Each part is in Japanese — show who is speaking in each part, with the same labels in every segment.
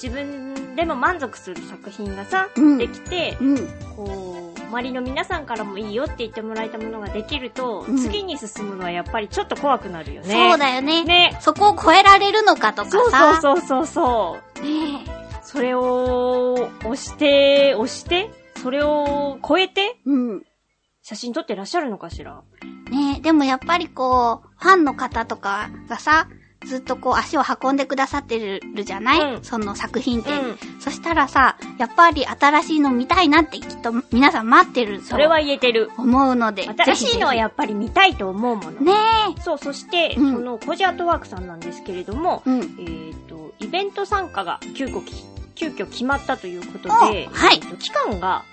Speaker 1: 自分でも満足する作品がさ、
Speaker 2: うん
Speaker 1: できて、
Speaker 2: うん。
Speaker 1: こう、周りの皆さんからもいいよって言ってもらえたものができると、
Speaker 2: うん
Speaker 1: 次に進むのはやっぱりちょっと怖くなるよね。
Speaker 2: そうだよね。
Speaker 1: ね。
Speaker 2: そこを超えられるのかとか
Speaker 1: そう
Speaker 2: さ。
Speaker 1: そうそうそうそう。
Speaker 2: ねえ
Speaker 1: それを押して、押して、それを超えて
Speaker 2: うん。
Speaker 1: 写真撮ってらっしゃるのかしら
Speaker 2: ねえ、でもやっぱりこう、ファンの方とかがさ、ずっとこう足を運んでくださってるじゃない、
Speaker 1: うん
Speaker 2: その作品展、そしたらさ、やっぱり新しいの見たいなってきっと皆さん待ってると
Speaker 1: それは言えてる。
Speaker 2: 思うので、
Speaker 1: 新しいのはや
Speaker 2: っ
Speaker 1: っぱり見たいと思うもの。
Speaker 2: ね
Speaker 1: そう、そして、
Speaker 2: うん
Speaker 1: そのコジアートワークさんなんですけれども、
Speaker 2: え、うん。
Speaker 1: えっ、と、イベント参加が急遽き、急遽決まったということで、
Speaker 2: おはい
Speaker 1: えーと期間が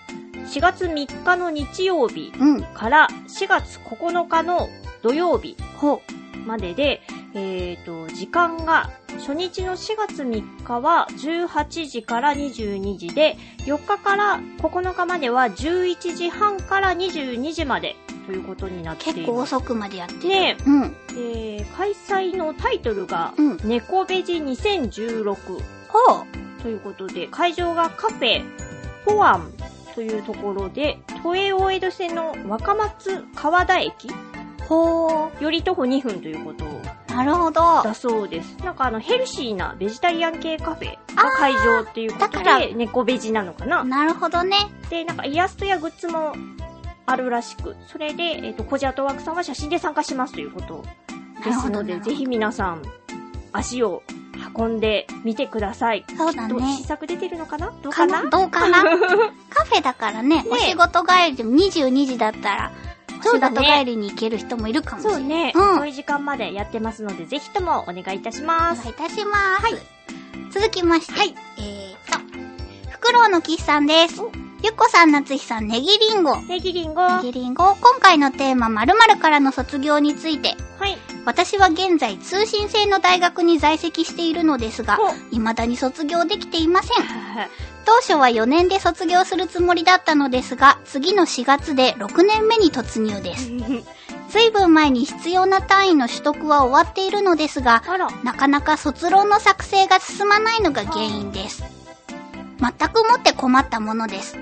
Speaker 1: 4月3日の日曜日
Speaker 2: うん。
Speaker 1: から4月9日の土曜日
Speaker 2: ほ
Speaker 1: までで、えっ、と、時間が初日の4月3日は18時から22時で、4日から9日までは11時半から22時までということになっ
Speaker 2: う。
Speaker 1: ています。
Speaker 2: 結構遅くまでやってる。
Speaker 1: ね
Speaker 2: うん。
Speaker 1: で、開催のタイトルが
Speaker 2: うん、
Speaker 1: 猫ベジ2016
Speaker 2: ほう。
Speaker 1: ということで、会場がカフェ、ポアンというところで、都営大江戸線の若松川田駅
Speaker 2: ほ
Speaker 1: より徒歩2分ということ
Speaker 2: う。なるほど。
Speaker 1: だそうです。なんかあの、ヘルシーなベジタリアン系カフェが会場っていうこ
Speaker 2: だ
Speaker 1: と
Speaker 2: から
Speaker 1: で、猫ベジなのかな
Speaker 2: なるほどね。
Speaker 1: で、なんかイラストやグッズもあるらしく、それで、えっ、と、コジアートワークさんは写真で参加しますということです
Speaker 2: な
Speaker 1: の
Speaker 2: る
Speaker 1: で、
Speaker 2: ほど
Speaker 1: ぜひ皆さん、足を運んでみてください。
Speaker 2: そうだ
Speaker 1: どう
Speaker 2: ね。
Speaker 1: 新作出てるのかなどうかな
Speaker 2: どうか なカフェだからね、お仕事帰りでも22時だったら、お
Speaker 1: そう
Speaker 2: 仕
Speaker 1: だね
Speaker 2: 事帰りに行ける人もいるかもしれ
Speaker 1: そ
Speaker 2: な
Speaker 1: う
Speaker 2: い。
Speaker 1: ね、
Speaker 2: うん
Speaker 1: そういう時間までやってますので、ぜひともお願いいたしま
Speaker 2: お
Speaker 1: す。
Speaker 2: 願いいたします。続きまして、えーと、フクロウの岸さんです。ゆっこさん、なつひさん、ネギリンゴ。ネ
Speaker 1: ネギリンゴ。は
Speaker 2: ギリンゴ、今回のテーマ、〇〇からの卒業について、
Speaker 1: い。
Speaker 2: 私は現在通信制の大学に在籍しているのですが、
Speaker 1: お
Speaker 2: 未だに卒業できていません。当初は4年で卒業するつもりだったのですが、次の4月で6年目に突入です。随分前に必要な単位の取得は終わっているのですが、
Speaker 1: あら。
Speaker 2: なかなか卒論の作成が進まないのが原因です。全くもって困ったものです。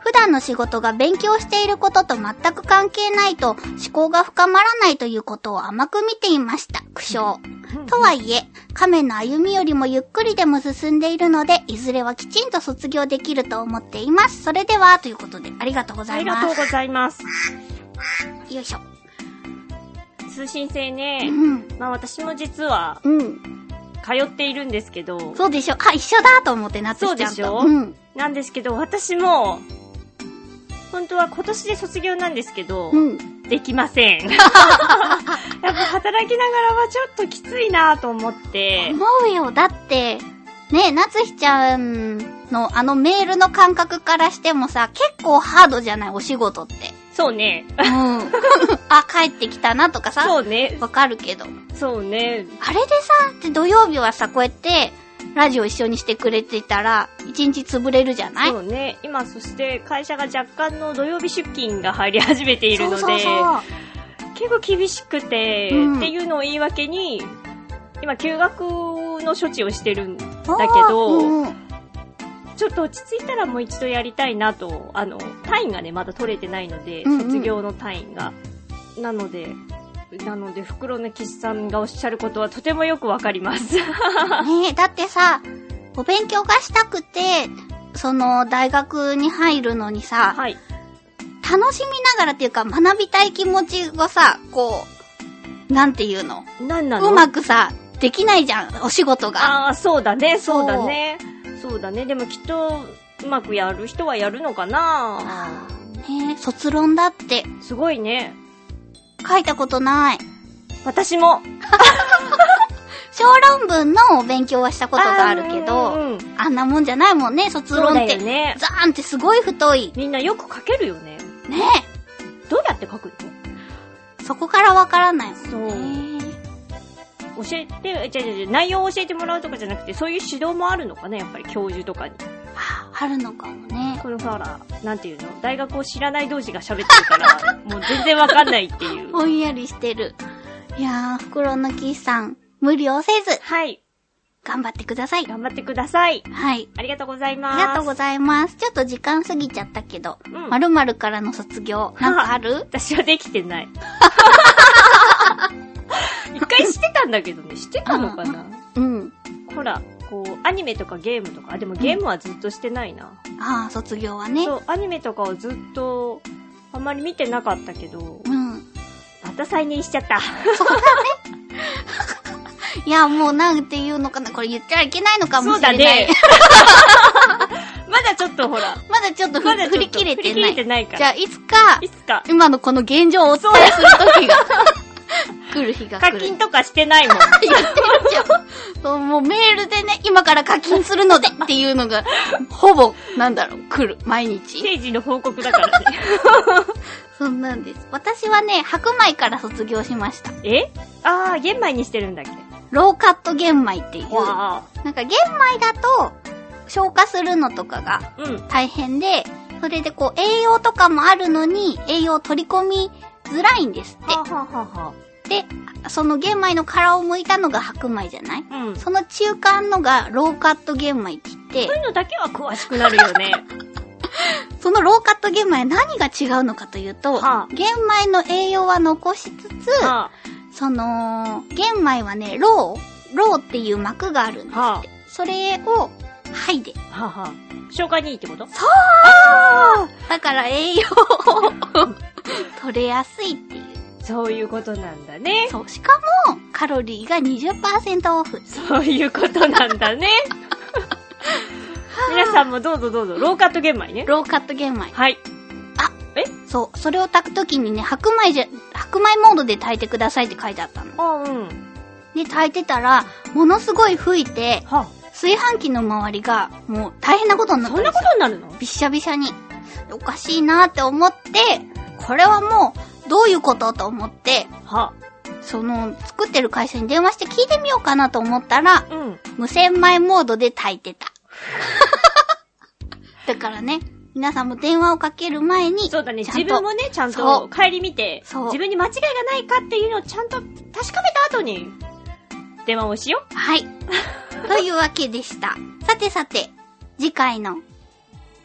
Speaker 2: 普段の仕事が勉強していることと全く関係ないと思考が深まらないということを甘く見ていました。苦笑。とはいえ、亀の歩みよりもゆっくりでも進んでいるので、いずれはきちんと卒業できると思っています。それでは、ということで、ありがとうござ
Speaker 1: あ
Speaker 2: い
Speaker 1: りが
Speaker 2: ま
Speaker 1: とう
Speaker 2: す。
Speaker 1: ございます。
Speaker 2: よいしょ。
Speaker 1: 通信制
Speaker 2: う
Speaker 1: ね、
Speaker 2: ん。
Speaker 1: まあ私も実は
Speaker 2: うん。
Speaker 1: 通っているんですけど、
Speaker 2: そうでしょ。あ、一緒だと思って、夏日ちゃんと。
Speaker 1: そうでしょ
Speaker 2: うん。
Speaker 1: なんですけど、私も、本当は今年で卒業なんですけど、
Speaker 2: うん。
Speaker 1: できません。 やっぱ働きながらはちょっときついなと思って、
Speaker 2: 思うよ。だって、ねえ、夏日ちゃんのあのメールの感覚からしてもさ、結構ハードじゃない、お仕事って。
Speaker 1: そうね、
Speaker 2: うん。 あ、帰ってきたなとかさ、
Speaker 1: そうね、
Speaker 2: わかるけど。
Speaker 1: そうね、
Speaker 2: あれでさ、って土曜日はさ、こうやって、ラジオ一緒にしてくれてたら、一日潰れるじゃない
Speaker 1: そうね、今そして会社が若干の土曜日出勤が入り始めているので、
Speaker 2: そうそうそう。
Speaker 1: 結構厳しくて、
Speaker 2: うん
Speaker 1: っていうのを言い訳に、今休学の処置をしてるんだけ
Speaker 2: お
Speaker 1: ど、
Speaker 2: ーうんうん
Speaker 1: ちょっと落ち着いたらもう一度やりたいなと、あの、単位がね、まだ取れてないので、
Speaker 2: うんうん
Speaker 1: 卒業の単位が。なので、なので、袋の岸さんがおっしゃることはとてもよくわかります。
Speaker 2: ねえ、だってさ、お勉強がしたくて、その、大学に入るのにさ、
Speaker 1: はい。
Speaker 2: 楽しみながらっていうか、学びたい気持ちをさ、こう、なんていうの
Speaker 1: なんなの
Speaker 2: うまくさ、できないじゃん、お仕事が。
Speaker 1: ああ、そうだね、
Speaker 2: そ
Speaker 1: そううだね。そうだね。でもきっと、うまくやる人はやるのかな
Speaker 2: ねえ、卒論だって、
Speaker 1: すごいね。
Speaker 2: 書いたことない。
Speaker 1: 私も。
Speaker 2: 小論文のお勉強はしたことがあるけ
Speaker 1: あ
Speaker 2: ど、
Speaker 1: ーうん
Speaker 2: あんなもんじゃないもんね、卒
Speaker 1: そう
Speaker 2: 論
Speaker 1: だ
Speaker 2: って。
Speaker 1: よね。
Speaker 2: ザーンってすごい太い。
Speaker 1: みんなよく書けるよね。
Speaker 2: ね
Speaker 1: どうやって書くの
Speaker 2: え、そこからわからないも
Speaker 1: そう。
Speaker 2: んね。
Speaker 1: 教えて、じゃじゃじゃ内容を教えてもらうとかじゃなくて、そういう指導もあるのかね、やっぱり教授とかに。
Speaker 2: はああるのかもね。
Speaker 1: このほら、なんていうの大学を知らない同士が喋ってる から、もう全然わかんないっていう。
Speaker 2: ぼんやりしてる。いやー、袋のキーさん、無理をせず、
Speaker 1: はい。
Speaker 2: 頑張ってください。
Speaker 1: 頑張ってください。
Speaker 2: はい。
Speaker 1: ありがとうございま
Speaker 2: あ
Speaker 1: す。
Speaker 2: りがとうございます。ちょっと時間過ぎちゃったけど、
Speaker 1: うん
Speaker 2: まるまるからの卒業、なんかある
Speaker 1: 私はでき てない。一回してたんだけどね、してたのかな
Speaker 2: うん。
Speaker 1: ほら、ここう、アニメとかゲームとか、あ、でもゲームはずっとしてないな。
Speaker 2: ああ、卒業はね。
Speaker 1: そうう、アニメとかをずっと、あんまり見てなかったけど、
Speaker 2: ん。
Speaker 1: また再燃しちゃった。
Speaker 2: いや、もうなんていうのかな。これ言っちゃいけないのかも
Speaker 1: そう
Speaker 2: しれな
Speaker 1: だ
Speaker 2: い。
Speaker 1: ね。 まだちょっとほら、
Speaker 2: まだちょっとふ
Speaker 1: まだちょっ
Speaker 2: 振
Speaker 1: と
Speaker 2: り切れて
Speaker 1: 振り
Speaker 2: な
Speaker 1: 切れ
Speaker 2: い。
Speaker 1: てないか
Speaker 2: じゃ
Speaker 1: ら。
Speaker 2: あ、いつか、
Speaker 1: いつか、
Speaker 2: 今のこの現状をお伝えする時が、来る日が来
Speaker 1: 課
Speaker 2: る。
Speaker 1: 金とかしてな いもん。
Speaker 2: 言ってるじゃん。そう、もうメールでね、今から課金するのでっていうの が、ほぼ、なんだろう、来る。毎 日。
Speaker 1: 定時の報告だからね。
Speaker 2: そんなんです。私はね、白米から卒業しました。
Speaker 1: えあー、玄米にしてるんだっけ
Speaker 2: ローカット玄米っていう。な
Speaker 1: わ
Speaker 2: んか玄米だと、消化するのとかが
Speaker 1: あ。うん。
Speaker 2: 大変で、それでこう栄養とかもあるのに、栄養を取り込みづらいんです
Speaker 1: はあ、はあは
Speaker 2: って。で、その玄米の殻を剥いたのが白米じゃない
Speaker 1: あはあ、うん。そ
Speaker 2: その中間のがローカット玄米って言って
Speaker 1: うい、うのだけは詳しくなる よね。
Speaker 2: そのローカット玄米は何が違うのかというと、
Speaker 1: はあ
Speaker 2: 玄米の栄養は残しつつ、
Speaker 1: は
Speaker 2: その、玄米はね、ロウ、ロウっていう膜があるんです。
Speaker 1: あ、は
Speaker 2: それを、剥いで。
Speaker 1: あ、はあ、はあ。消化にいいってことそう
Speaker 2: だから栄養を取れやすいっていう。
Speaker 1: そういうことなんだね。
Speaker 2: そう。しかも、カロリーが20%オフ。
Speaker 1: そういうことなんだ ね。皆さんもどうぞどうぞ、ローカット玄米ね。
Speaker 2: ローカット玄米。
Speaker 1: はい。
Speaker 2: そう。それを炊くときにね、白米じゃ、白米モードで炊いてくださいって書いてあったの。
Speaker 1: あうん。
Speaker 2: で、炊いてたら、ものすごい吹いて、
Speaker 1: は
Speaker 2: 炊飯器の周りが、もう大変なことに
Speaker 1: あ、
Speaker 2: なっ
Speaker 1: そ
Speaker 2: たん
Speaker 1: ん
Speaker 2: で
Speaker 1: な
Speaker 2: す
Speaker 1: こ
Speaker 2: よ。
Speaker 1: とになるの
Speaker 2: びっしゃびしゃに。おかしいなって思って、これはもう、どういうことと思って、
Speaker 1: は
Speaker 2: その、作ってる会社に電話して聞いてみようかなと思ったら、
Speaker 1: あ、うん。
Speaker 2: 無洗米モードで炊いて た。だからね、皆さんも電話をかける前に、
Speaker 1: そうだね、
Speaker 2: ちゃんと
Speaker 1: 自分もね、ちゃん
Speaker 2: そ
Speaker 1: と帰り見て、
Speaker 2: そう
Speaker 1: 自分に間違いがないかっていうのをちゃんと確かめた後に、電話をしよう。
Speaker 2: はい。というわけでした。さてさて、次回の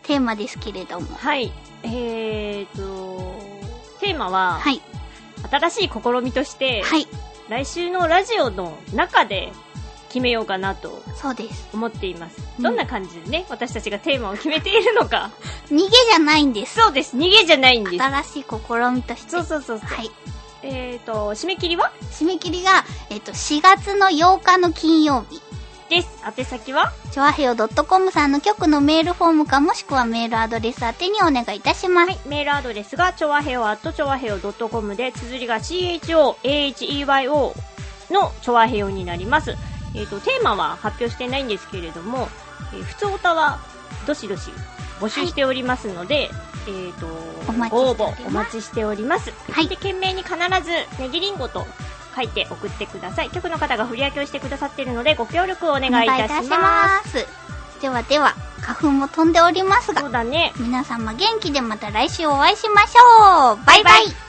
Speaker 2: テーマですけれども。
Speaker 1: はい。えーと、テーマは、
Speaker 2: はい。
Speaker 1: 新しい試みとして、
Speaker 2: はい。
Speaker 1: 来週のラジオの中で決めようかなと
Speaker 2: そうです。
Speaker 1: 思っています。
Speaker 2: うん
Speaker 1: どんな感じでね、私たちがテーマを決めているのか。
Speaker 2: 逃げじゃないんです。
Speaker 1: そうです、逃げじゃないんです。
Speaker 2: 新しい試みとして。
Speaker 1: そうそうそうそう。
Speaker 2: はい。
Speaker 1: えーと、締め切りは
Speaker 2: 締め切りが、えっと、4月の8日の金曜日。
Speaker 1: です。宛先は
Speaker 2: チョアヘヨ .com さんの局のメールフォームかもしくはメールアドレス宛てにお願いいたします。
Speaker 1: はい、メールアドレスが、ちょわへよ、アットちょわへよ .com で、綴りが CHOAHEYO のちょわへよになります。えっ、と、テーマは発表してないんですけれども、えー、普通歌は、どしどし募集しておりますので、えっ、と
Speaker 2: お待、ち
Speaker 1: ご
Speaker 2: して
Speaker 1: 応
Speaker 2: おります
Speaker 1: 募お待ちしております。
Speaker 2: はい
Speaker 1: で、懸命に必ず、ネギリンゴと書いて送ってください。局の方が振り分けをしてくださっているので、ご協力をお願いいたし
Speaker 2: お
Speaker 1: ます。
Speaker 2: 願いいたします。ではでは、花粉も飛んでおりますが
Speaker 1: そ、うだね。
Speaker 2: 皆様元気でまた来週お会いしましょうバイバイ